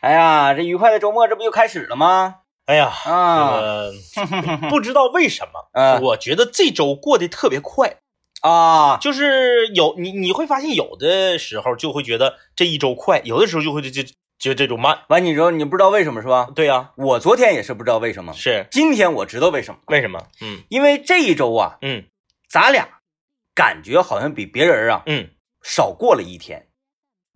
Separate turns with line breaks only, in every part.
哎呀，这愉快的周末这不就开始了吗？
哎呀，
啊
这个不知道为什 么，
嗯
我觉得这周过得特别快，
啊，
就是有你你会发现，有的时候就会觉得这一周快，有的时候就会就就觉得这周慢。
完你之后你不知道为什么是吧？
对呀、
我昨天也是不知道为什么，
是
今天我知道为什么，
为什么？嗯
因为这一周啊，
嗯
咱俩感觉好像比别人啊
嗯，
少过了一天。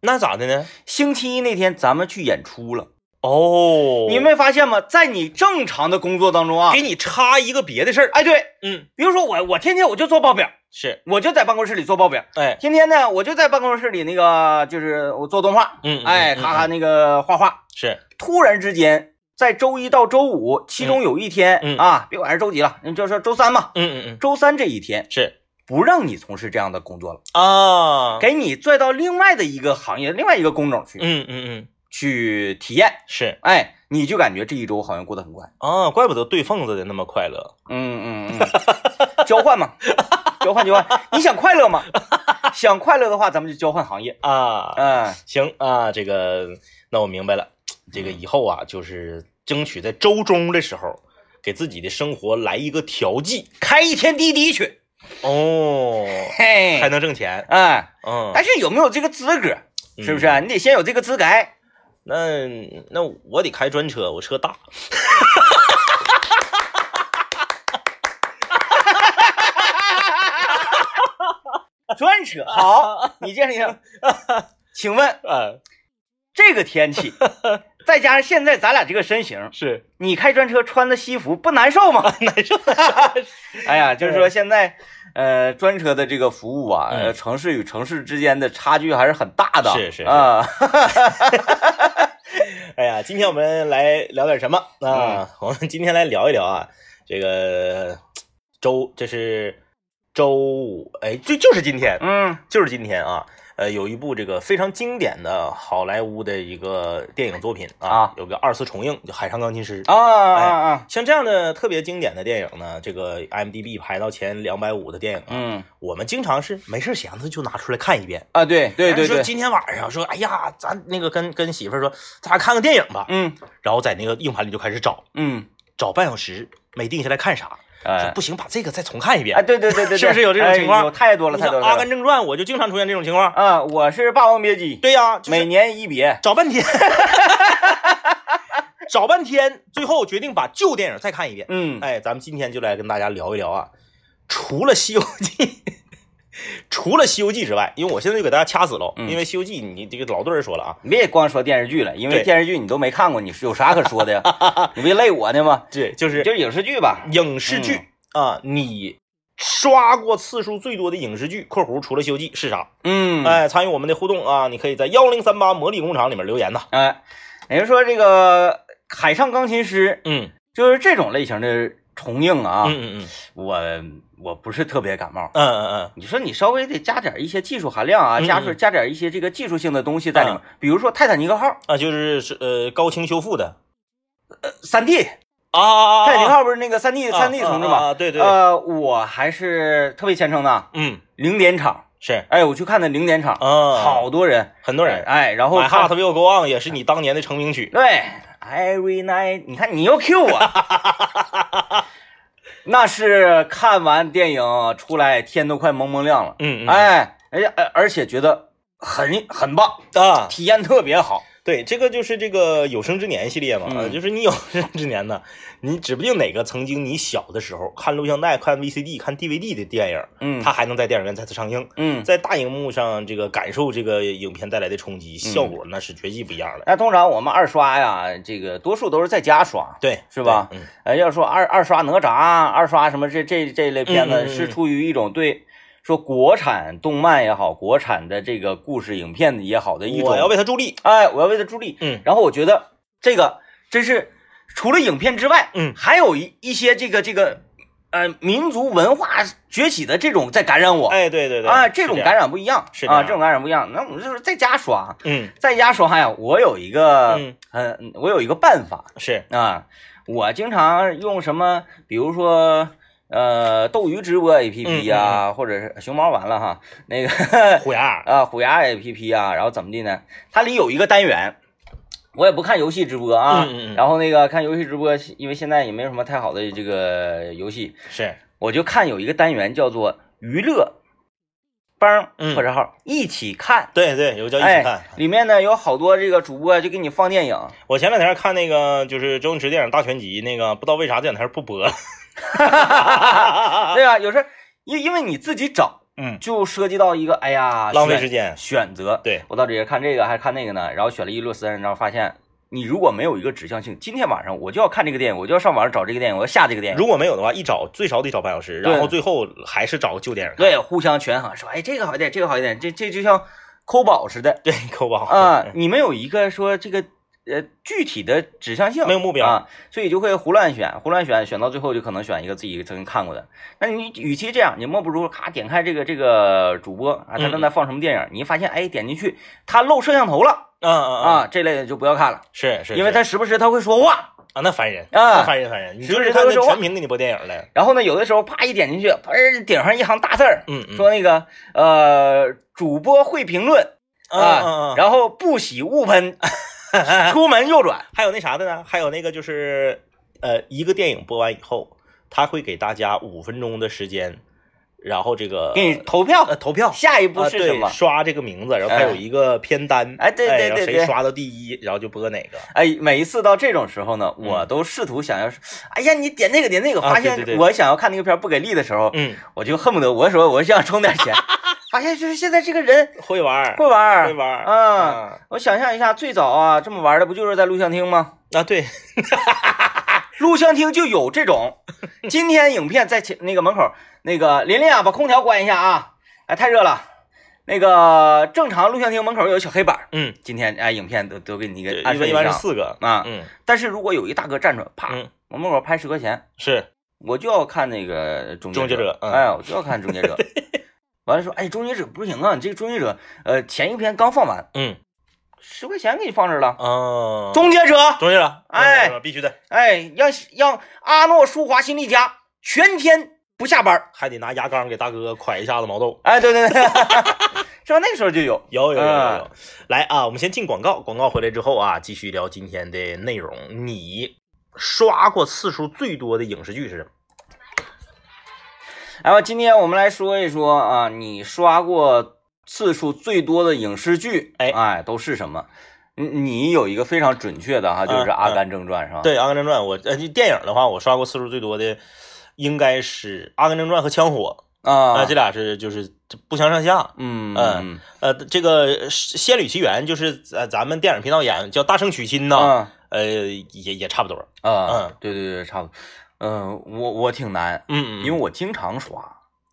那咋的呢？
星期一那天咱们去演出了，
哦，
你没发现吗？在你正常的工作当中啊
给，你插一个别的事儿。
哎对，
嗯，
比如说我我天天我就做报表，
是，
我就在办公室里做报表，
哎，
天天呢我就在办公室里那个就是我做动画，
嗯，
哎，
嗯
咔咔，那个画画。
是，
突然之间，在周一到周五，其中有一天、
嗯嗯
啊，别管是周几了，你就说周三吧。
嗯嗯嗯，
周三这一天
是
不让你从事这样的工作了，
啊，
给你拽到另外的一个行业、另外一个工种去、
嗯嗯嗯，
去体验。
是
哎，你就感觉这一周好像过得很快。
啊，怪不得对缝子的那么快乐。
嗯嗯嗯， 交换嘛，交换交换。你想快乐吗？ 想快乐的话，咱们就交换行业。
啊，
嗯，
行啊，这个那我明白了，这个以后啊，就是争取在周中的时候给自己的生活来一个调剂
开一天滴滴去，
哦，
嘿
才，能挣钱。
哎，
嗯，
但是有没有这个资格？是不是啊、你得先有这个资格。哎
那那我得开专车，我车大。
专车。好，你这样 请问
啊，
这个天 气，再加上现在咱俩这个身形，
是
你开专车穿的西服不难受吗？
难受。
哎呀，就是说现在，呃，专车的这个服务啊，
嗯
呃城市与城市之间的差距还是很大的。
是是
啊，
哎呀，今天我们来聊点什么啊？我们今天来聊一聊啊，这个周这是周五，哎，就就是今天，
嗯
就是今天啊，呃，有一部这个非常经典的好莱坞的一个电影作品啊，
啊
有个二次重映，就《海上钢琴师》
啊啊啊，
像这样的特别经典的电影呢，这个 IMDB 排到前两百五的电影啊，
嗯
我们经常是没事闲着就拿出来看一遍。
啊，对对对
然后说
对，
今天晚上说，哎呀，咱那个跟跟媳妇儿说，咱俩看个电影吧。
嗯
然后在那个硬盘里就开始找，
嗯，
找半小时没定下来看啥，说
哎
不行，把这个再重看一遍。
哎，对对对对对，
是不是有这种
哎
情况
有太多了，
你
太
像
多
《
了。
阿
太多
甘
了
正传》，我就经常出现这种情况。
啊，我是《霸王别姬》，
对呀、就是
每年一别。
找半天，找半天，最后决定把旧电影再看一遍。
嗯，
哎，咱们今天就来跟大家聊一聊啊，除了《西游记》，除了《西游记》之外，因为我现在就给大家掐死喽，
嗯
因为《西游记》你这个老多人说了啊，
你别光说电视剧了，因为
对
电视剧你都没看过，你是有啥可说 的呀？你不累我呢吗？
对，就是哎
就是影视剧吧。
影视剧、啊，你刷过次数最多的影视剧（括弧除了《西游记》是啥？）
嗯，哎
哎，参与我们的互动啊，你可以在幺零三八魔力工厂里面留言呐。
哎，人家说这个《海上钢琴师》
嗯
就是这种类型的重映啊，
嗯嗯嗯
我我不是特别感冒。
嗯嗯嗯，
你说你稍微得加点一些技术含量啊，
嗯
加入加点一些这个技术性的东西在里面，比如说《泰坦尼克号》
啊，就是是呃高清修复的。
三 D，《
啊啊啊！
泰坦尼克
啊
号》不是那个三 D 三 D 同志
啊啊
嘛？
啊对对，
呃，我还是特别虔诚的
嗯，
零点场，
是
哎，我去看的零点场，
啊，，
好多人。
很多人。
哎，然后
My
看
Heart Will Go On 也是你当年的成名曲。
对 Every Night，你看你又 Q 我，那是看完电影出来天都快蒙蒙亮了，
嗯嗯，
哎，哎呀，而而且觉得很很棒，
啊，
体验特别好，
对，这个就是这个有生之年系列嘛，
嗯
啊就是你有生之年呢，你指不定哪个曾经你小的时候看录像带、看 VCD、看 DVD 的电影，
嗯
它还能在电影院再次上映，
嗯。
在大荧幕上这个感受这个影片带来的冲
嗯
击，效果那是绝技不一样的。
那通常我们二刷呀，这个多数都是在家刷。
对，
是吧
对？嗯，
呃，要说二二刷哪吒、二刷什么这这这类片
嗯嗯
子，
嗯
是出于一种对说国产动漫也好，国产的这个故事影片也好的一种，
我要为他助力。
哎，我要为他助力。
嗯
然后我觉得这个真是除了影片之外，
嗯
还有一一些这个这个呃民族文化崛起的这种在感染我。
哎，对对对，
啊，
是这
这种
样
感染不一样，
是这
啊，
样
这种感染不一样。那我们就是在家刷，
嗯
在家刷呀。我有一个，
嗯
呃，我有一个办法
是
啊，我经常用什么，比如说，呃，斗鱼直播 APP 呀、啊
嗯
或者是熊猫完了哈，那个
虎牙
呃啊，虎牙 APP 啊，然后怎么的呢？它里有一个单元我也不看游戏直播啊，
嗯嗯嗯
然后那个看游戏直播，因为现在也没有什么太好的这个游戏，
是，
我就看有一个单元叫做娱乐帮
嗯
破折号一起看，
对对，有个叫一起看。
哎，里面呢有好多这个主播就给你放电影，
我前两天看那个就是周星驰电影《大全集》，那个不知道为啥这两天 不播了。
对吧？有时候因因为你自己找，
嗯，
就涉及到一个哎呀
浪费
选
时间
选择，
对
我到底是看这个还是看那个呢？然后选了一摞三十张，发现你如果没有一个指向性，今天晚上我就要看这个电影，我就要上网上找这个电影，我要下这个电影。
如果没有的话，一找最少得找半小时，然
对
后最后还是找个旧电影看。
对，互相权衡，说哎这个好一点，这个好一点，这这就像抠宝似 的
对，抠不好
啊，你没有一个说这个呃具体的指向性，
没有目标
啊，所以就会胡乱选，胡乱选，选到最后就可能选一个自己曾经看过的。那你与其这样，你莫不如咔点开这个这个主播啊，他正
嗯
在放什么电影，你发现哎点进去他露摄像头了
嗯嗯嗯，
啊，这类的就不要看了，
是是，
因为
是
他时不时他会说话。
啊那烦人
啊
那烦人烦人，你
是不
就是是看
都
那
是我
全屏给你播电影了。
然后呢，有的时候啪一点进去，砰顶上一行大字儿，
嗯嗯
说那个呃主播会评论，
嗯嗯
啊，
嗯，
然后不喜勿喷，出门右转。
还有那啥的呢？还有那个就是呃，一个电影播完以后，他会给大家五分钟的时间，然后这个
给你投票，
呃投票。
下一步
啊，
是什
对
么，？
刷这个名字，然后它有一个片单，
哎对对
然后
对对
谁刷到第一，然后就播哪个。
哎，每一次到这种时候呢，我都试图想要是，哎呀，你点那个点那个，
嗯啊
发
对对
现
对
我想要看那个片儿不给力的时候，
嗯，
我就恨不得我说我想充点 钱，发现就是现在这个人
会玩儿，
会玩儿，
会玩儿
啊。
啊
我想象一下，最早啊这么玩的不就是在录像厅吗？
啊，对，
录像厅就有这 种。今天影片在前那个门口，那个琳琳啊，把空调关一下啊，哎，太热了。那个正常录像厅门口有小黑板儿，
嗯，
今天哎，影片都都给你给
一
安
般
排
一般是
上
四个，
啊。
嗯，
但是如果有一大哥站出来，啪
嗯，
往门口拍十块钱，
是
我就要看那个终
终结者嗯
哎，我就要看终 结者。完了说，哎，终结者不行啊，你这个终结者，呃，前一篇刚放完，
嗯，
十块钱给你放这儿了。
哦，
终结者，
终结者，
哎
终结者必须的，
哎，让让阿诺舒华辛利加全天不下班儿。
还得拿牙缸给大哥蒯一下子毛豆。
哎，对对对， 是吧？那个时候就有，
有有有有有
嗯，
来啊！我们先进广告，广告回来之后啊，继续聊今天的内容。你刷过次数最多的影视剧是什么？
然后今天我们来说一说啊，你刷过次数最多的影视剧，
哎
哎，都是什么？你你有一个非常准确的哈，就是《
嗯
阿甘正传》是吧？，
对，《阿甘正传》我呃，电影的话，我刷过次数最多的应该是《阿甘正传》和《枪火》啊、
啊
这，俩是就是不相上下。
嗯
嗯呃，这个《仙女奇缘》就是咱咱们电影频道演叫《大圣娶亲》
嗯
呐，
啊
呃，也也差不多。
啊，对对对，差不多。嗯，我我挺难，
嗯
因为我经常刷，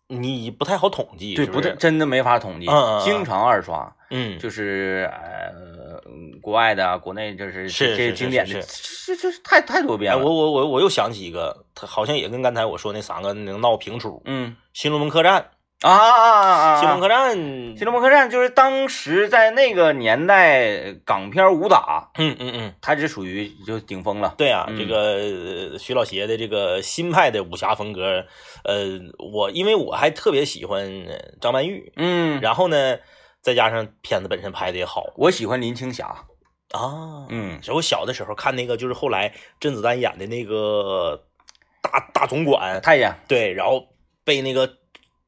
你不太好统计，
对，
是
不
不
对，
是？
真的没法统计
嗯嗯嗯，
经常二刷。
嗯，
就是呃，嗯国外的啊、国内就是
是
这些
是
经
是
典
是
的，这这是太太多遍
哎，
了。
我我我我又想起一个，他好像也跟刚才我说那三个能闹平处，
嗯
新龙门客栈》
啊啊啊啊！
新龙门客栈》
新龙门客栈就是当时在那个年代港片武打，
嗯嗯嗯，
它是属于就顶峰了。
对啊，
嗯
这个呃徐老邪的这个新派的武侠风格，呃，我因为我还特别喜欢呃张曼玉，
嗯，
然后呢，再加上片子本身拍的也好
我喜欢林青霞。
啊，
嗯，
我小的时候看那个，就是后来甄子丹演的那个大大总管，
太监。
对，然后被那个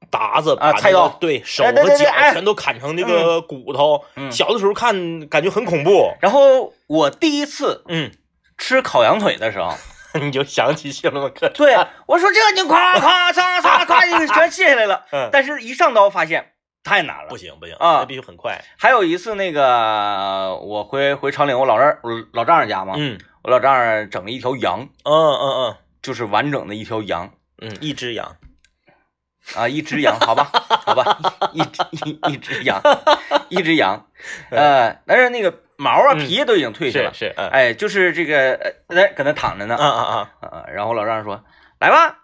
鞑子
啊
把
菜
那
刀
个对手
哎对
和
对
脚
对哎
全都砍成那个骨头。
嗯
小的时候看感觉很恐怖，
然后我第一次
嗯，
吃烤羊腿的时候，
你就想起新龙门客栈，
对啊我说这你夸夸嚓嚓嚓就全卸下来了，
嗯，
但是一上刀发现太难了
不。行不行
啊
那必须很快，
还有一次，那个我回回长岭，我老丈我老丈人家嘛，
嗯
我老丈人整了一条羊，
嗯嗯
就是完整的一条羊
嗯嗯，一只羊，
啊，一只羊，好吧，好吧，一只一一只羊，一只羊，呃，但是那个毛啊
嗯
皮都已经褪去
是
了，
是，嗯嗯
哎，就是这个呃那搁那躺着呢，
嗯嗯，
啊，然后我老丈人说，来吧，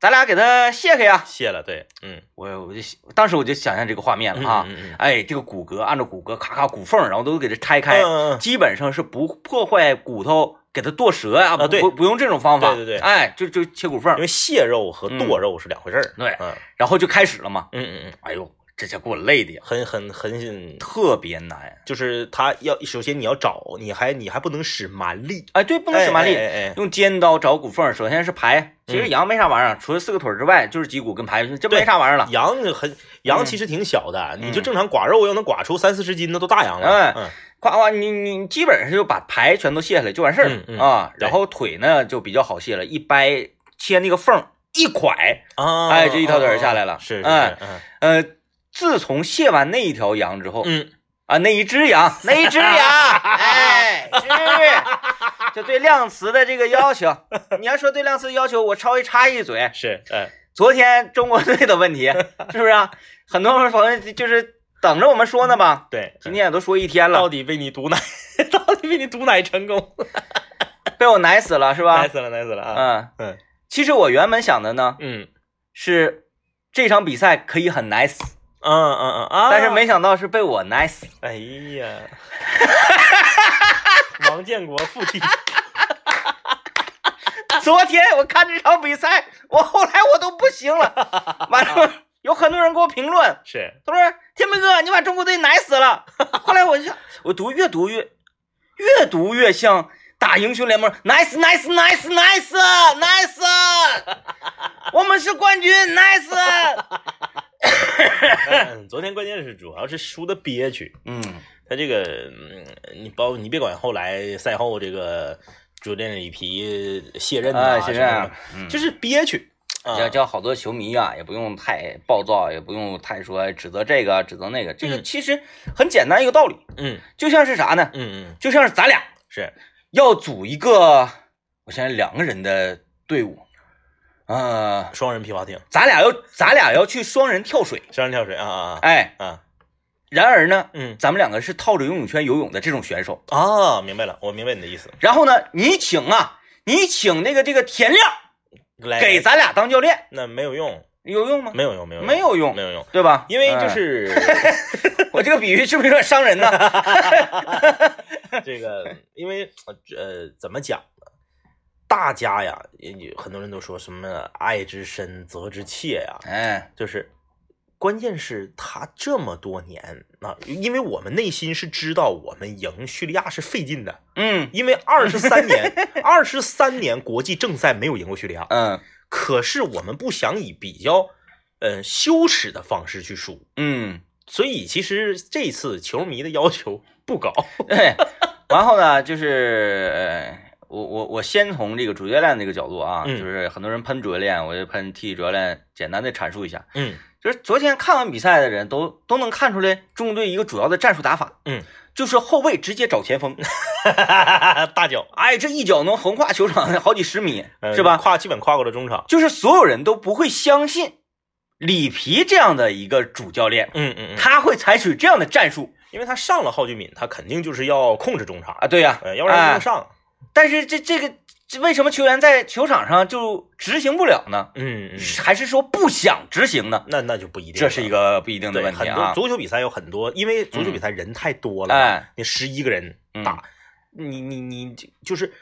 咱俩给它卸开呀，
谢了，对，嗯
我我就当时我就想象这个画面
嗯
了啊，
嗯嗯
哎，这个骨骼按照骨骼咔咔骨缝，然后都给它拆开。
嗯嗯
基本上是不破坏骨头，给它剁折呀、
啊对
不不用这种方法，
对对对
哎，就就切骨缝
因
儿，
为蟹肉和剁肉是两回事儿，
嗯对
嗯
然后就开始了嘛，
嗯嗯嗯，
哎呦，这家给我累的呀，
很很很，
特别难。
就是他要首先你要找，你还你还不能使蛮力，
哎，对，不能使蛮力，
哎哎哎
用尖刀找骨缝，首先是排。其实羊没啥玩意儿，除了四个腿儿之外，就是脊骨跟排，这
对
没啥玩意儿了。
哎羊很羊其实挺小的，你就正常刮肉要能刮出三四十斤，那都大羊了。
哎
嗯，
夸夸，你你基本上就把排全都卸下来就完事儿了、
嗯嗯
啊。
对
然后腿呢就比较好卸了，一掰切那个缝儿一蒯，
啊，
哎这一条腿儿下来了
是，是嗯
哎，
是
呃，自从卸完那一条羊之后，
嗯
啊，那一只羊， 那一只羊，哎，是，就对量词的这个要求，你要说对量词的要求，我稍微插一嘴，
是，哎，
昨天中国队的问题是不是啊？很多朋友就是等着我们说呢吧，
对，嗯
今天也都说一天
到
了，
底被你毒奶， 到底被你毒奶成 功，
被我奶死了是吧
奶？死了，奶死了啊！
嗯
嗯
其实我原本想的呢
嗯
是这场比赛可以很 nice，
嗯嗯嗯啊！
但是，没想到是被我 nice。
哎呀，王建国附体，
昨天我看这场比赛，我后来我都不行了，完了有很多人给我评论，
是
他说：“天明哥，你把中国队奶死了。”后来我就想， 我读越读越越读越像打英雄联盟，nice nice nice nice nice，我们是冠军，nice。
嗯昨天关键是主要是输的憋屈，
嗯
他这个，嗯，你包你别管后来赛后这个主教练里皮卸任
啊
呐、
卸
什么
任
的
啊，嗯
就是憋屈啊，
叫叫好多球迷啊，也不用太暴躁，也不用太说指责这个指责那个，这个
嗯
其实很简单一个道理，
嗯
就像是啥呢？
嗯嗯，
就像是咱俩
是，
要组一个，我现在两个人的队伍，呃，
双人皮划艇，
咱俩要咱俩要去双人跳水，
双人跳水啊啊
哎，
啊啊，
然而呢，
嗯
咱们两个是套着游泳圈游泳的这种选手。
啊，明白了，我明白你的意思，
然后呢，你请啊，你请那个这个田亮
来
给咱俩当教练，
那没有用，
有用吗？
哎没有用，没有
没有用
没有用，
对吧？
因为就
哎、
是
我这个比喻是不是有点伤人呢？
这个，因为呃，怎么讲呢？大家呀，也也很多人都说什么爱之深，责之切呀、
哎，
就是关键是他这么多年啊，因为我们内心是知道我们赢叙利亚是费劲的，
嗯
因为二十三年，二十三年国际正赛没有赢过叙利亚，
嗯
可是我们不想以比较呃羞耻的方式去输，
嗯，
所以其实这次球迷的要求不高，
对。哎然后呢，就是呃我我我先从这个主教练这个角度啊，
嗯
就是很多人喷主教练，我就喷替主教练，简单的阐述一下。
嗯
就是昨天看完比赛的人都都能看出来中国队一个主要的战术打法，
嗯，
就是后卫直接找前 锋，
大脚
哎，这一脚能横跨球场好几十米，
呃
是吧？
跨基本跨过了中场，
就是所有人都不会相信里皮这样的一个主教练，
嗯嗯嗯，
他会采取这样的战术
因为他上了郝俊敏，他肯定就是要控制中场，
啊？对呀、
呃，要不然不
哎
能上，
但是这这个这为什么球员在球场上就执行不了呢？
嗯嗯。
还是说不想执行呢？
那那就不一定了，
这是一个不一定的
对，
问题
很
啊嗯
多。足球比赛有很多，因为足球比赛人太多了，
哎，嗯
你十一个人打，你你你就是，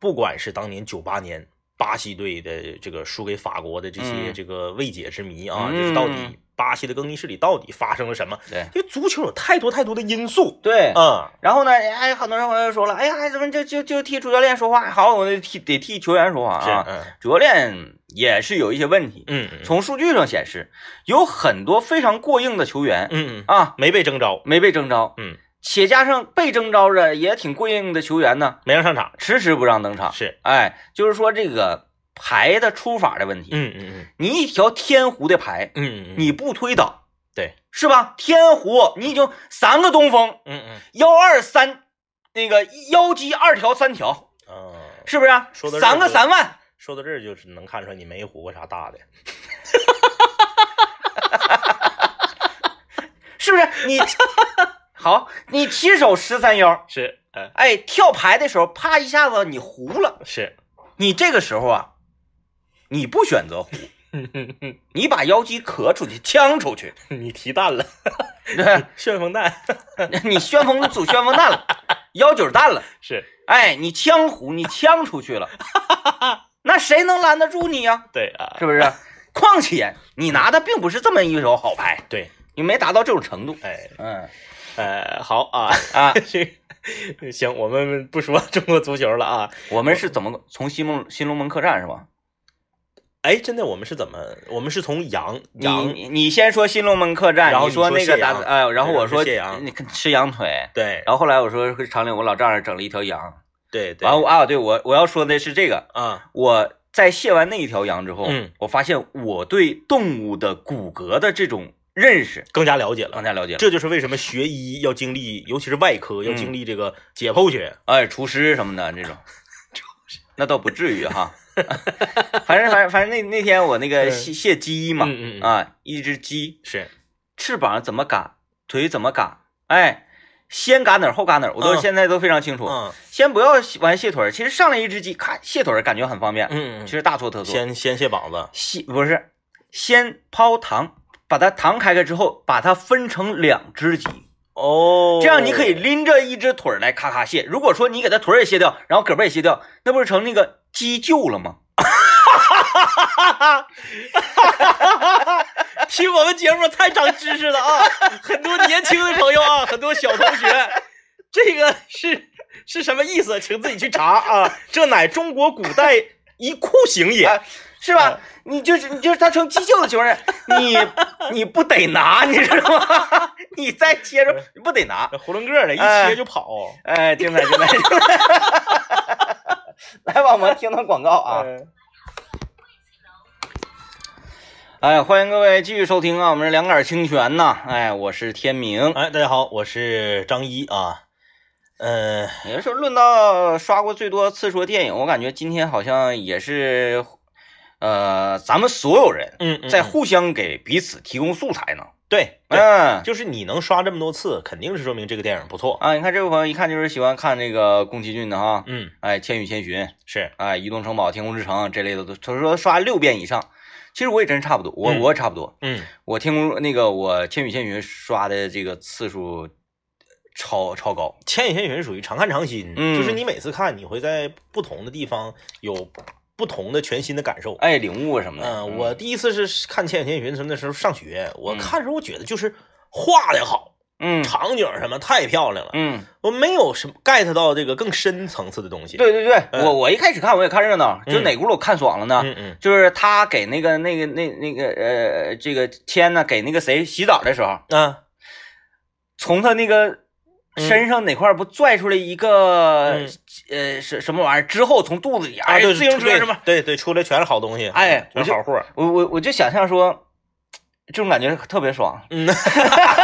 不管是当年九八年巴西队的这个输给法国的这些
嗯
这个未解之谜啊，
嗯
就是到底巴西的更衣室里到底发生了什么？
对
因为足球有太多太多的因素，
对，
嗯，
然后呢，哎，很多人朋友说了，哎呀，怎么就就就替主教练说话？好，我得替得替球员说话
是，
啊。
嗯
主教练也是有一些问题，
嗯嗯
从数据上显示，有很多非常过硬的球员、
嗯，嗯
啊
没被征召，
没被征召，
嗯，
且加上被征召着也挺过硬的球员呢，
没让上场，
迟迟不让登场。
是，
哎，就是说这个牌的出法的问题，
嗯嗯嗯
你一条天弧的牌，
嗯嗯，
你不推倒，
对，
是吧？天弧你已经三个东风，
嗯嗯
幺二三，那个幺鸡二条三条，
嗯，
是不是、啊？
说得
三个
是
三万，
说到这儿就是能看出来你没胡过啥大的，
是不是？ 你好，你起手十三幺，
是，嗯
哎，跳牌的时候啪一下子你糊了，
是，
你这个时候啊，你不选择 糊，你把幺鸡咳出去，呛出去，
你提蛋了，
对，
旋风蛋
你旋风组旋风蛋了，幺九蛋了，
是
哎，你呛糊，你呛出去 了，那谁能拦得住你呀、
对啊，
是不是？况且你拿的并不是这么一手好牌，
对，
你没达到这种程度。
哎，
嗯
呃，好啊，
啊，
这 行，我们不说中国足球了啊。
我们是怎么从新龙新龙门客栈是吧？
哎，真的，我们是怎么？我们是从羊
你
羊
你你先说新龙门客栈，
然后
你说
你
那
说
个
蟹
达
羊
哎，然后
对
我说
是蟹羊
你吃羊腿，
对
然后后来我说长岭，我老丈人整了一条羊，
对对，
然后啊，对我我要说的是这个，
啊，
我在卸完那一条羊之后，
嗯
我发现我对动物的骨骼的这种认识
更加了解
更
了。
加了解了，
啊这就是为什么学医要经历，尤其是外科要经历这个解剖学。
哎，厨师什么的这种，那倒不至于哈。 反正反正反正那那天我那个
嗯
卸卸鸡嘛，
嗯嗯嗯
啊，一只鸡
是，
翅膀怎么嘎，腿怎么嘎，哎，先嘎哪儿后嘎哪儿，我都
嗯
现在都非常清楚。
嗯
先不要完卸腿儿，其实上来一只鸡，咔卸腿儿感觉很方便，
嗯
其
嗯，
实大错特错。
先先卸膀子。
先不是先剖膛，把它膛开开之后，把它分成两只鸡。
哦
这样你可 以拎着一只腿儿来咔咔卸。如果说你给它腿儿也卸掉，然后胳膊也卸掉，那不是成那个鸡臼了吗？
听我们节目太长知识了啊！ 很多年轻的朋友啊， 很多小同学，这个是是什么意思？请自己去查 啊！这乃中国古代一酷刑 也。
啊是吧？你就是你就是它成鸡臼的情况下，你 你不得拿，你知道吗？ 你再切着你不得拿。
囫囵个儿的，一
哎
切就跑
哎，精彩精彩！精彩 来吧，我们听段广告啊。
嗯
哎，欢迎各位继续收听啊，我们是两杆儿清泉呐。哎，我是天明。
哎，大家好，我是张一啊。嗯，
你哎说论到刷过最多次数的电影，我感觉今天好像也是，呃，咱们所有人
嗯哎嗯
在互相给彼此提供素材呢。
对，对
嗯，
就是你能刷这么多次，肯定是说明这个电影不错。
啊，你看这位朋友一看就是喜欢看这个宫崎骏的哈，
嗯，
哎，《千与千寻》
是，
哎，《移动城堡》《天空之城》这类的都，他说刷六遍以上。其实我也真差不多，我
嗯
我也差不多，
嗯，
我天空那个我《千与千寻》刷的这个次数超超高。
《千与千寻》属于常看常新，
嗯
就是你每次看，你会在不同的地方有不同的全新的感受。
哎，领悟啊什么的。
嗯，我第一次是看《千与千寻》的时候，那时候上学，我看的时候我觉得就是画的好，
嗯
场景什么太漂亮了，
嗯，
我没有什么 get 到这个更深层次的东西。，
对对对，
嗯
我我一开始看我也看热闹，就
嗯
哪轱辘我看爽了呢？
嗯嗯，
就是他给那个那个那那个呃这个天呢给那个谁洗澡的时候，
啊，
从他那个身上哪块儿不拽出来一个、
嗯
呃什什么玩意儿，之后从肚子里
啊
哎
对
自行车
对
什么，
对对，出来全是好东西，
哎
全是
我就
好货。
我我我就想象说。这种感觉特别爽，
嗯，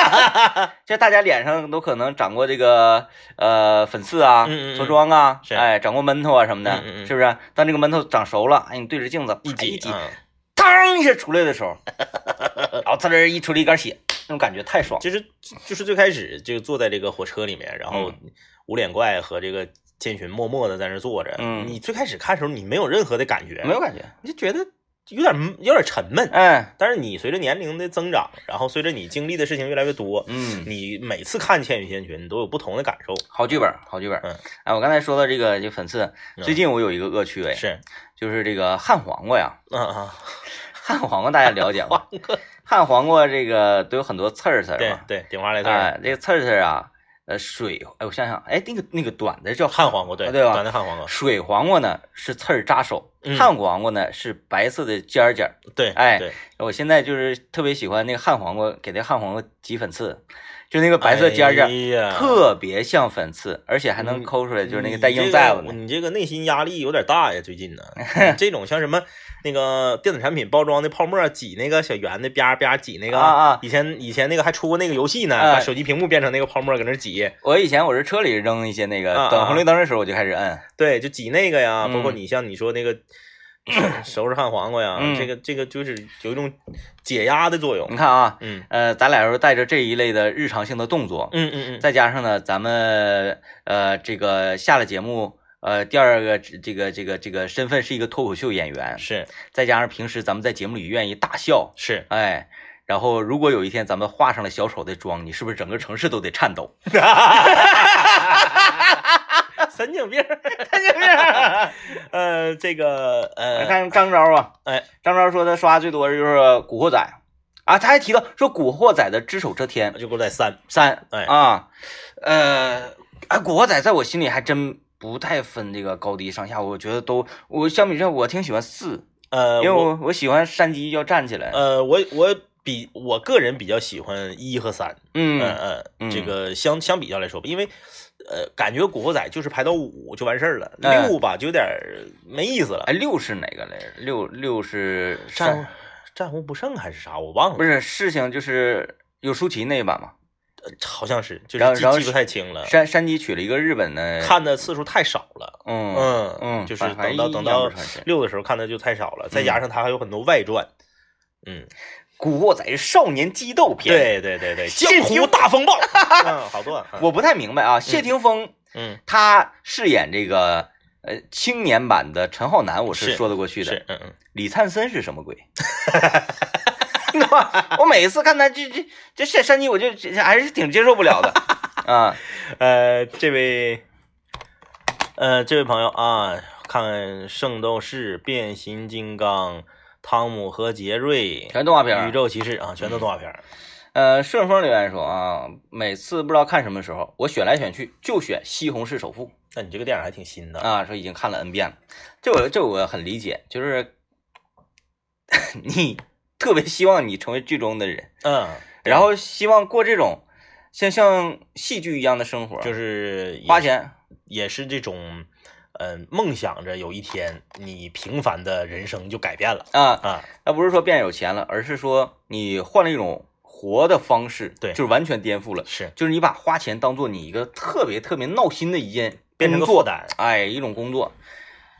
就大家脸上都可能长过这个呃粉刺啊、
嗯嗯嗯
痤疮啊，
是
哎，长过闷头啊什么的，
嗯嗯嗯
是不是？当这个闷头长熟了，哎，你对着镜子啪
一
一挤，
挤嗯
当一下出来的时候，然后滋儿一出来一杆血，那种感觉太爽。
就是就是最开始就坐在这个火车里面，然后
嗯
无脸怪和这个千寻默默的在那儿坐着。
嗯
你最开始看的时候，你没有任何的感觉，
没有，感觉。
你就觉得有点有点沉闷。
哎，
但是你随着年龄的增长，然后随着你经历的事情越来越多，
嗯，
你每次看《千与千寻》，你都有不同的感受。
好剧本，好剧本。
嗯，
哎，我刚才说到这个就粉刺，
嗯
最近我有一个恶趣味，
是，
就是这个旱黄瓜呀。
啊啊，
旱黄瓜大家了解吗？旱黄瓜这个都有很多刺儿刺儿
对
嘛。
对，顶花来刺儿，
哎，这个刺儿刺儿啊，呃，水，哎，我想想，哎，那个那个短的叫
旱黄瓜，对
对吧
短的旱黄瓜，
水黄瓜呢是刺儿扎手，
嗯
旱黄瓜呢是白色的尖儿尖儿。
对，
哎
对，
我现在就是特别喜欢那个旱黄瓜，给那旱黄瓜挤粉刺，就那个白色尖儿尖儿，
哎呀
特别像粉刺，而且还能
嗯
抠出来，就是那
你
个带硬在乎的。
你这个内心压力有点大呀，最近呢，你这种像什么那个电子产品包装的泡沫儿啊挤那个小圆的吧吧挤那个
啊啊
以前以前那个还出过那个游戏呢，
哎
把手机屏幕变成那个泡沫儿搁那儿挤，
我以前我是车里扔一些那
啊
个，
啊
等红绿灯的时候我就开始摁。
对，就挤那个呀，
嗯
包括你像你说 那个收拾旱黄瓜呀，
嗯
这个这个就是有一种解压的作用
你，看啊，
嗯
呃，咱俩都带着这一类的日常性的动作，
嗯嗯嗯，
再加上呢，咱们呃这个下了节目。呃，第二个这这个这个这个身份是一个脱口秀演员，
是
再加上平时咱们在节目里愿意大笑，
是，
哎，然后如果有一天咱们画上了小丑的妆，你是不是整个城市都得颤抖？
神经病儿，
看见没有？
呃，这个
来
呃，
看张昭啊，
哎，
张昭说他刷最多的就是《古惑仔》，啊，他还提到说《古惑仔》的《只手遮天》
就给我在三，
三，
哎
啊，呃，哎，《古惑仔》在我心里还真不太分这个高低上下，我觉得都，我相比之下我挺喜欢四，
呃，
因为
我
我我喜欢山鸡要站起来，
呃我我比我个人比较喜欢一和三，
嗯
嗯
嗯
嗯，这个相相比较来说吧，因为呃感觉《古惑仔》就是排到五就完事儿了，
哎
六吧就有点儿没意思了
哎，，六是哪个来着？六六是
战
山，
战无不胜还是啥我忘
不
了，
是事情就是有舒淇那一版嘛，
好像是就
然后
是记
然后
记不太清了，
山山鸡娶了一个日本的，
看的次数太少了。
嗯
嗯
嗯
就是
反
等
反
到
正
等
印象
到
不是很深嗯
六的时候看的就太少了，再加上它还有很多外传，嗯，
古惑仔》少年激斗篇，，
对对对对，
谢
江湖
霆
大 风暴，嗯，好多，嗯
我不太明白啊，谢霆锋。
嗯
他饰演这个呃青年版的陈浩南，我是
是
说得过去的。
是嗯嗯，
李灿森是什么鬼？ 你知道吧？我每次看他这这这这山鸡，我就这还是挺接受不了的啊。
呃，这位，呃，这位朋友啊，看《圣斗士》《变形金刚》《汤姆和杰瑞》
全动画片
宇
儿。
宙骑士》啊，全都动画片儿。
呃，顺风留言说啊，每次不知道看什么时候，我选来选去就选《西红柿首富
那你这个电影还挺新》的，
啊，说已经看了 N 遍了。这我这我很理解，就是 你特别希望你成为剧中的人。
嗯，
然后希望过这种像像戏剧一样的生活，
就是也
花，钱。
也是这种，嗯、梦想着有一天你平凡的人生就改变了
啊，
啊，
那不是说变有钱了，而是说你换了一种活的方式，
对
就是完全颠覆了，
是
就是你把花钱当做你一个特别特别闹心的一件
变成个
工作
负担
哎，一种工作，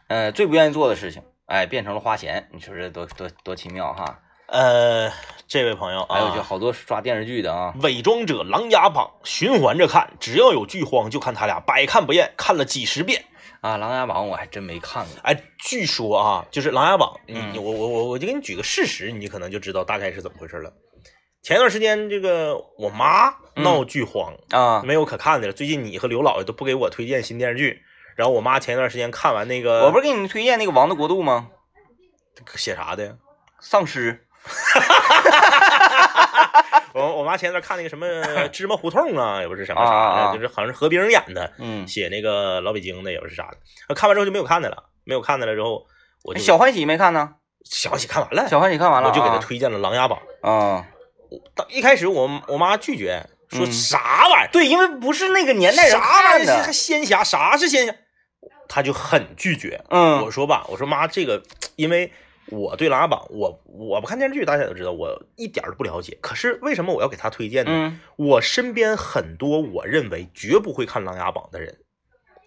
呃，最不愿意做的事情，哎，变成了花钱，你说这多多多奇妙哈！
呃，这位朋友啊，
还有就好多刷电视剧的啊，
伪装者、琅琊榜循环着看，只要有剧荒就看他俩，百看不厌，看了几十遍。
啊，《琅琊榜》我还真没看过，
哎，据说啊，就是《琅琊榜》，你
嗯
你我我我我就给你举个事实，你可能就知道大概是怎么回事了。前段时间这个我妈闹剧荒，
嗯啊，
没有可看的了。最近你和刘老爷都不给我推荐新电视剧，然后我妈前一段时间看完那个，
我不是给你推荐那个《王的国度》吗？
是写啥的呀？
丧尸
我我妈前一段看那个什 么芝麻胡同啊，也不是什么
啊啊
啥
啊
的，就是好像是何冰演的，
嗯，
写那个老北京的也不是啥的。呃看完之后就没有看的了，没有看的了之后，我就
哎小欢喜没看呢，
小喜看完了，
小欢喜看完了、
我就给她推荐了《琅琊榜》。
啊、
当一开始我我妈拒绝，说
嗯
啥玩意儿，
对，因为不是那个年代人
啥玩
看
意儿是
的，
仙侠，啥是仙侠，她就很拒绝。
嗯
我说吧，我说妈，这个因为我对琅琊榜，我我不看电视剧，大家都知道，我一点儿都不了解。可是为什么我要给她推荐呢？
嗯
我身边很多我认为绝不会看《琅琊榜》的人，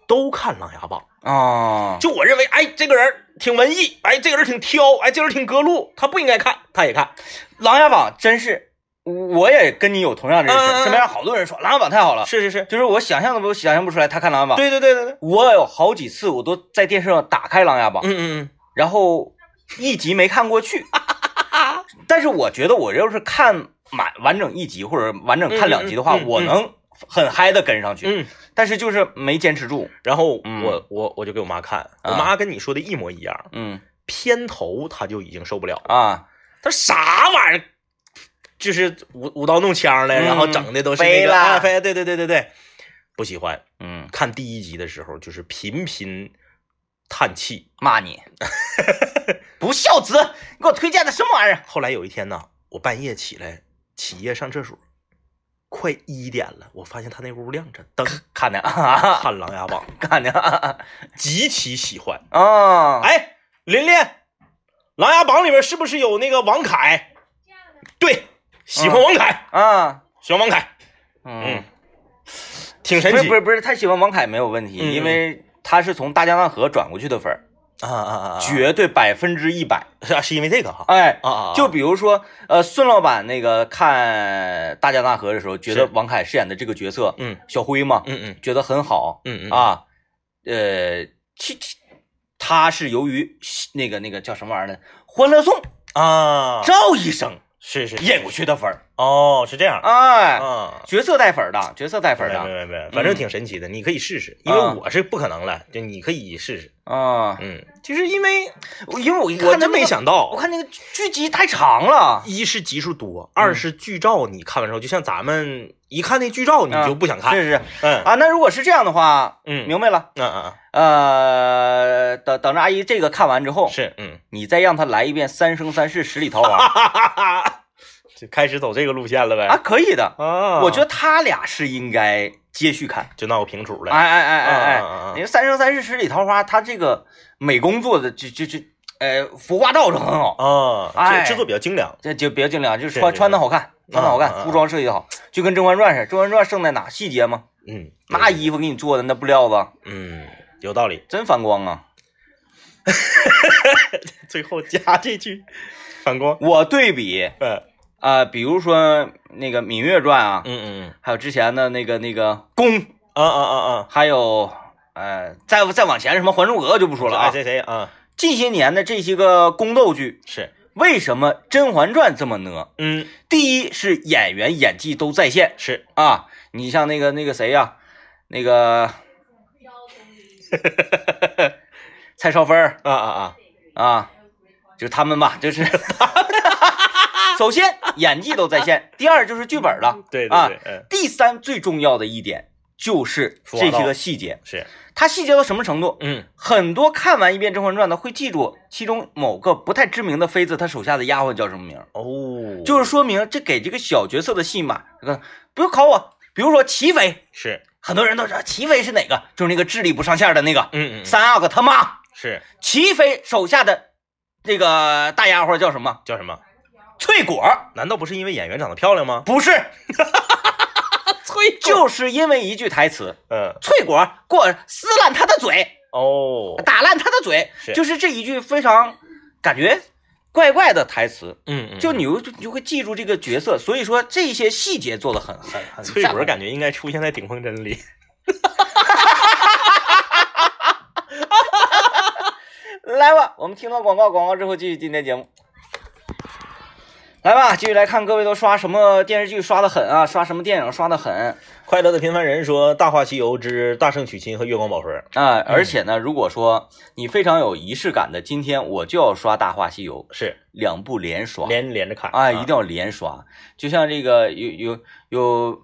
都看《琅琊榜》。
啊，
就我认为，哎，这个人儿挺文艺，哎，这个人儿挺挑，哎，这个人儿挺隔路，他不应该看，他也看。
《琅琊榜》真是，我也跟你有同样的认识，
嗯嗯嗯
身边好多人说《琅琊榜》太好了，
是是是，
就是我想象都不想象不出来他看《琅琊榜》。，
对对对对对，
我有好几次我都在电视上打开《琅琊榜》
嗯嗯嗯，
然后一集没看过 去，但是我觉得我要是看满完整一集或者完整看两集的话，
嗯嗯嗯嗯
我能很嗨的跟上去，
嗯，
但是就是没坚持住，
然后
嗯
我我我就给我妈看，我
啊
妈跟你说的一模一样，
嗯
片头她就已经受不了了，
啊。
她说啥玩意儿，就是舞舞刀弄枪的，
嗯
然后整的都是那
飞
个
了
啊飞，对对对对对，不喜欢。
嗯，
看第一集的时候，就是频频叹气。
骂你， 不孝子！你给我推荐的什么玩意儿？
后来有一天呢，我半夜起来起夜上厕所，快一点了，我发现他那屋亮着 灯，
看的啊，
看《琅琊榜
看的啊》，
极其喜欢。
啊！
哎，琳琳，《琅琊榜》里面是不是有那个王凯？对，喜欢王凯，
啊，
喜欢王凯，
嗯，
挺
不
神
是
奇。
不是不是，他喜欢王凯没有问题，
嗯
因为他是从大江大河转过去的粉儿，
啊啊啊啊！绝
绝对百分之一百。
啊，是因为这个哈。
哎，
啊啊！啊
就比如说，呃，孙老板那个看大江大河的时候，觉得王凯饰演的这个角色
嗯
小辉嘛，
嗯嗯
觉得很好
嗯嗯
啊，呃，其其他是由于那个那个叫什么玩意儿呢，《欢乐颂》
啊！
赵医生
是是
演过去的粉儿，
哦，是这样。
哎，
啊，嗯
角色带粉儿的，角色带粉
明
儿
白
的
明白明白，反正挺神奇的，你可以试试，因为
啊
我是不可能了，就你可以试试。
啊，
嗯，就是因为
我因为我一
我
看
真没
想。
想到
我，看那个剧集太长了，
一是集数
嗯
多，二是剧照你看完之后，就像咱们一看那剧照你就不想看。
啊是是
嗯
啊。那如果是这样的话，
嗯，
明白了。
嗯嗯
呃，等等着阿姨这个看完之后
嗯，，是嗯，
你再让她来一遍《三生三世十里桃花
哈哈哈哈，就开始走这个路线了》
啊，
呗。
可以的。
啊
我觉得他俩是应该接续看。
就闹平处了。
哎哎哎哎
啊啊啊
哎，你《三生三世十里桃花》，他这个美工做的就就就呃服化道是很好，
啊，
哎
制制作比较精良。
这就别尽量就是
是
穿
是
穿的好看，穿的好
啊啊
看，
啊
服装设计的好，就跟《甄嬛传》似的，《甄嬛传》胜在哪？细节吗？
嗯，
那衣服给你做的那布料子
嗯有道理。
真反光啊！
最后加这句反光。
我对比
嗯
啊，比如说那个《芈月传》啊，
嗯嗯
还有之前的那个那个宫，
嗯啊啊啊啊！
还有呃，再再往前什么《还珠格格》就不说了
哎
啊。
谁谁啊？
近些年的这些个宫斗剧，
是
为什么《甄嬛传》这么呢？
嗯
第一是演员演技都在线
是
啊，你像那个那个谁呀、那个蔡少芬儿
啊啊啊！
啊，就是他们吧， 就是。首先，演技都在线；第二就是剧本了，
对对
啊
对，嗯
第三最重要的一点就是
服化
这
道
些个细节，
是
它细节到什么程度？
嗯
很多看完一遍《甄嬛传》的会记住其中某个不太知名的妃子，她手下的丫鬟叫什么名儿，
哦
就是说明这给这个小角色的戏码。这个不用考我，比如说齐妃，
是
很多人都知道齐妃是哪个，就是那个智力不上线的那个
嗯嗯
三阿哥他妈。
是
齐妃手下的那个大丫鬟叫什么？
叫什么？
翠果儿
难道不是因为演员长得漂亮吗？
不是，
崔就
就是因为一句台词，
嗯
翠果儿给我撕烂他的嘴。
哦
打烂他的嘴，
是
就是这一句非常感觉怪怪的台词，
嗯嗯
就你就你就会记住这个角色，所以说这些细节做的很很很
崔
下
果感觉应该出现在《顶峰真》里。
饭来吧，我们听到广告，广告之后继续今天节目。来吧，继续来看各位都刷什么电视剧刷的狠啊，刷什么电影刷的狠
快乐的平凡人说，《大话西游之大圣娶亲》和《月光宝盒》。
啊！而且呢，如果说你非常有仪式感的，今天我就要刷《大话西游》，
是
两部连刷，
连连着看
啊，一定要连刷。就像这个有有有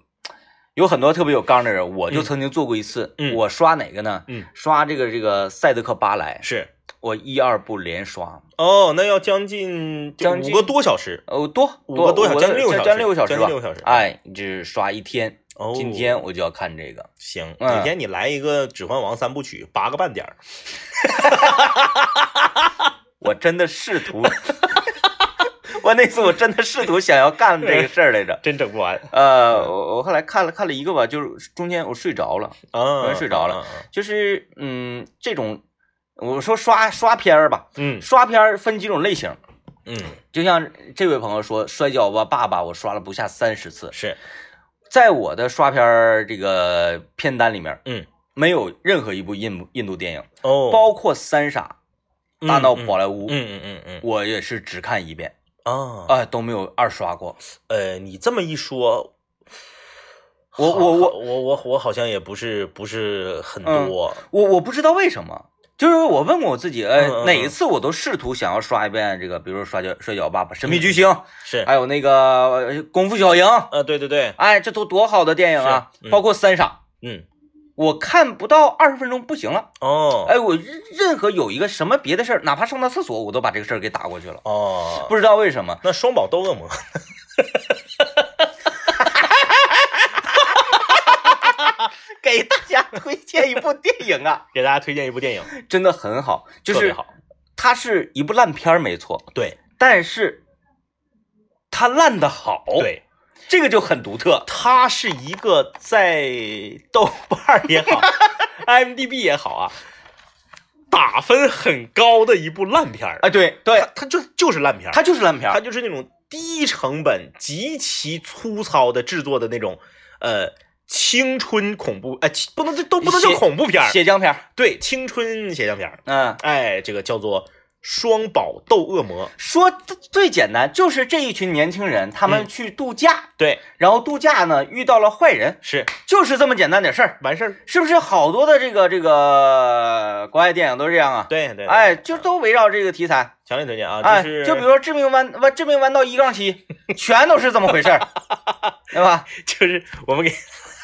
有很多特别有刚的人，我就
嗯
曾经做过一次。
嗯
我刷哪个呢？
嗯
刷这个这个赛德克巴莱，
是
我一二部连刷，
哦，那要将近
将近
五个多小时，
呃，多
五
多
个多小
我
将
的
近六个
将
小时
六个小时吧，
将近六个小时
哎，就是刷一天。
哦
今天我就要看这个，
行，
嗯
哪天你来一个《指环王》三部曲，八个半点儿，
我真的试 图，我那次我真的试图想要干这个事儿来着。
真整不完
呃，我我后来看了看了一个吧，就是中间我睡着了，
啊！
嗯睡着了
啊，啊啊
就是嗯，这种我说刷刷片儿吧，
嗯
刷片儿分几种类型，
嗯，
就像这位朋友说，《摔跤吧，爸爸》，我刷了不下三十次，
是
在我的刷片儿这个片单里面，
嗯，
没有任何一部印度印度电影，
哦，
包括《三傻》《大闹宝莱坞》
嗯嗯嗯嗯
我也是只看一遍
啊，
啊、都没有二刷过。
呃，你这么一说，
我
好
我我嗯
我我我好像也不是不是很多，
我我不知道为什么，就是我问过我自己，呃，
嗯嗯嗯
哪一次我都试图想要刷一遍这个，比如说刷跤摔跤吧爸爸、
嗯
神秘巨星，
是
还有那个呃功夫小鹰，
呃，对对对，
哎，这都多好的电影啊！
是嗯
包括三傻，
嗯，
我看不到二十分钟不行了。
哦，
哎，我任任何有一个什么别的事儿，哪怕上趟厕所，我都把这个事儿给打过去了。
哦，
不知道为什么，
那双宝斗恶魔，
给大家推荐一部电影啊，
给大家推荐一部电影，
真的很好，就
特别
是
好，
它是一部烂片儿没错，
对
但是它烂的好，，
对，
这个就很独特。
哦它是一个在豆瓣儿也 好，IMDB 也好啊，打分很高的一部烂片儿，
啊，对对
它，它就就是烂片儿，
它就是烂片
哎它
儿，
就是那种低成本、极其粗糙的制作的那种，呃，青春恐怖，哎、其不能这都不能叫
血
恐怖片儿，
血浆片儿，
对，青春血浆片儿，
嗯
哎，这个叫做《双宝斗恶魔。
说最最简单，就是这一群年轻人，他
嗯
们去度假，
对，
然后度假呢遇到了坏人，
是
就是这么简单点事儿，
完事儿。
是不是？好多的这个这个国外电影都这样啊，
对对，对，
哎，就都围绕这个题材，
强烈推荐啊，
哎，
就是、
就比如说《致命弯弯致命弯道一杠七》，全都是这么回事 儿，对吧？
就是我们给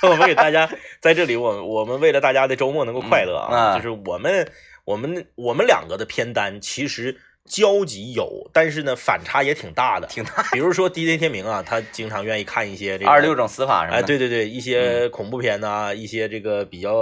我们给大家在这里，我我们为了大家的周末能够快乐
嗯
啊，
啊
就是我们我们我们两个的片单其实交集有，但是呢反差也挺大的。
挺大，
比如说 DJ 天明啊，他经常愿意看一些这个
二十六种死法什么
哎，
的，，
对对对，一些恐怖片呐、一些这个比较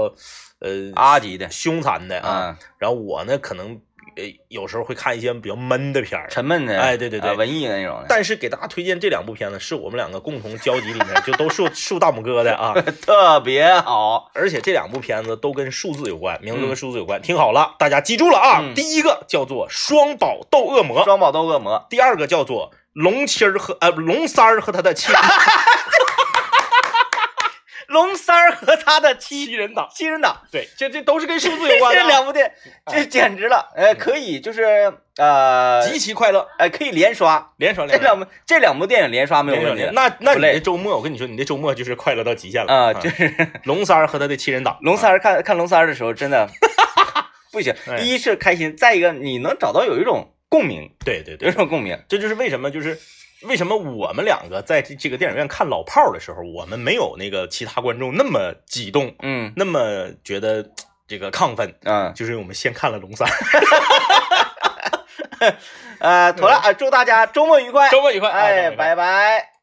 呃
阿迪的，
凶残的啊。
啊嗯，
然后我呢，可能呃有时候会看一些比较闷的片儿。
沉闷的，
哎对对对
啊文艺的那种的，
但是给大家推荐这两部片子，是我们两个共同交集里面就都竖竖大拇哥的啊。
特别好，
而且这两部片子都跟数字有关，名字都跟数字有关。听好了，大家记住了啊！
嗯
第一个叫做《双宝斗恶魔》，
双宝斗恶魔。
第二个叫做《龙七儿和呃龙三儿和他 的妻
龙三儿和他的妻
七人党》。
七人党，
对，这这都是跟数字有关的
这
啊、
两部电影，
哎
这简直了，呃，可以就是呃，
嗯极其快乐，
哎，可以连 刷，
连爽
这
连爽。
两部这两部电影连刷没有问题的，
那那
不
你
累
这周末，我跟你说，你这周末就是快乐到极限了
啊，就是
龙三儿和他的七人党，啊
龙三儿看看龙三儿的时候，真的 不行
哎，
一是开心，再一个你能找到有一种共鸣，
对对
有一
对，
种共鸣，
这就是为什么就是为什么我们两个在这这个电影院看老炮儿的时候，我们没有那个其他观众那么激动，
嗯
那么觉得嘖这个亢奋，
嗯
就是因为我们先看了龙三儿，
呃，妥了啊，祝大家周末愉快，哎
哎末愉快
哎，拜拜。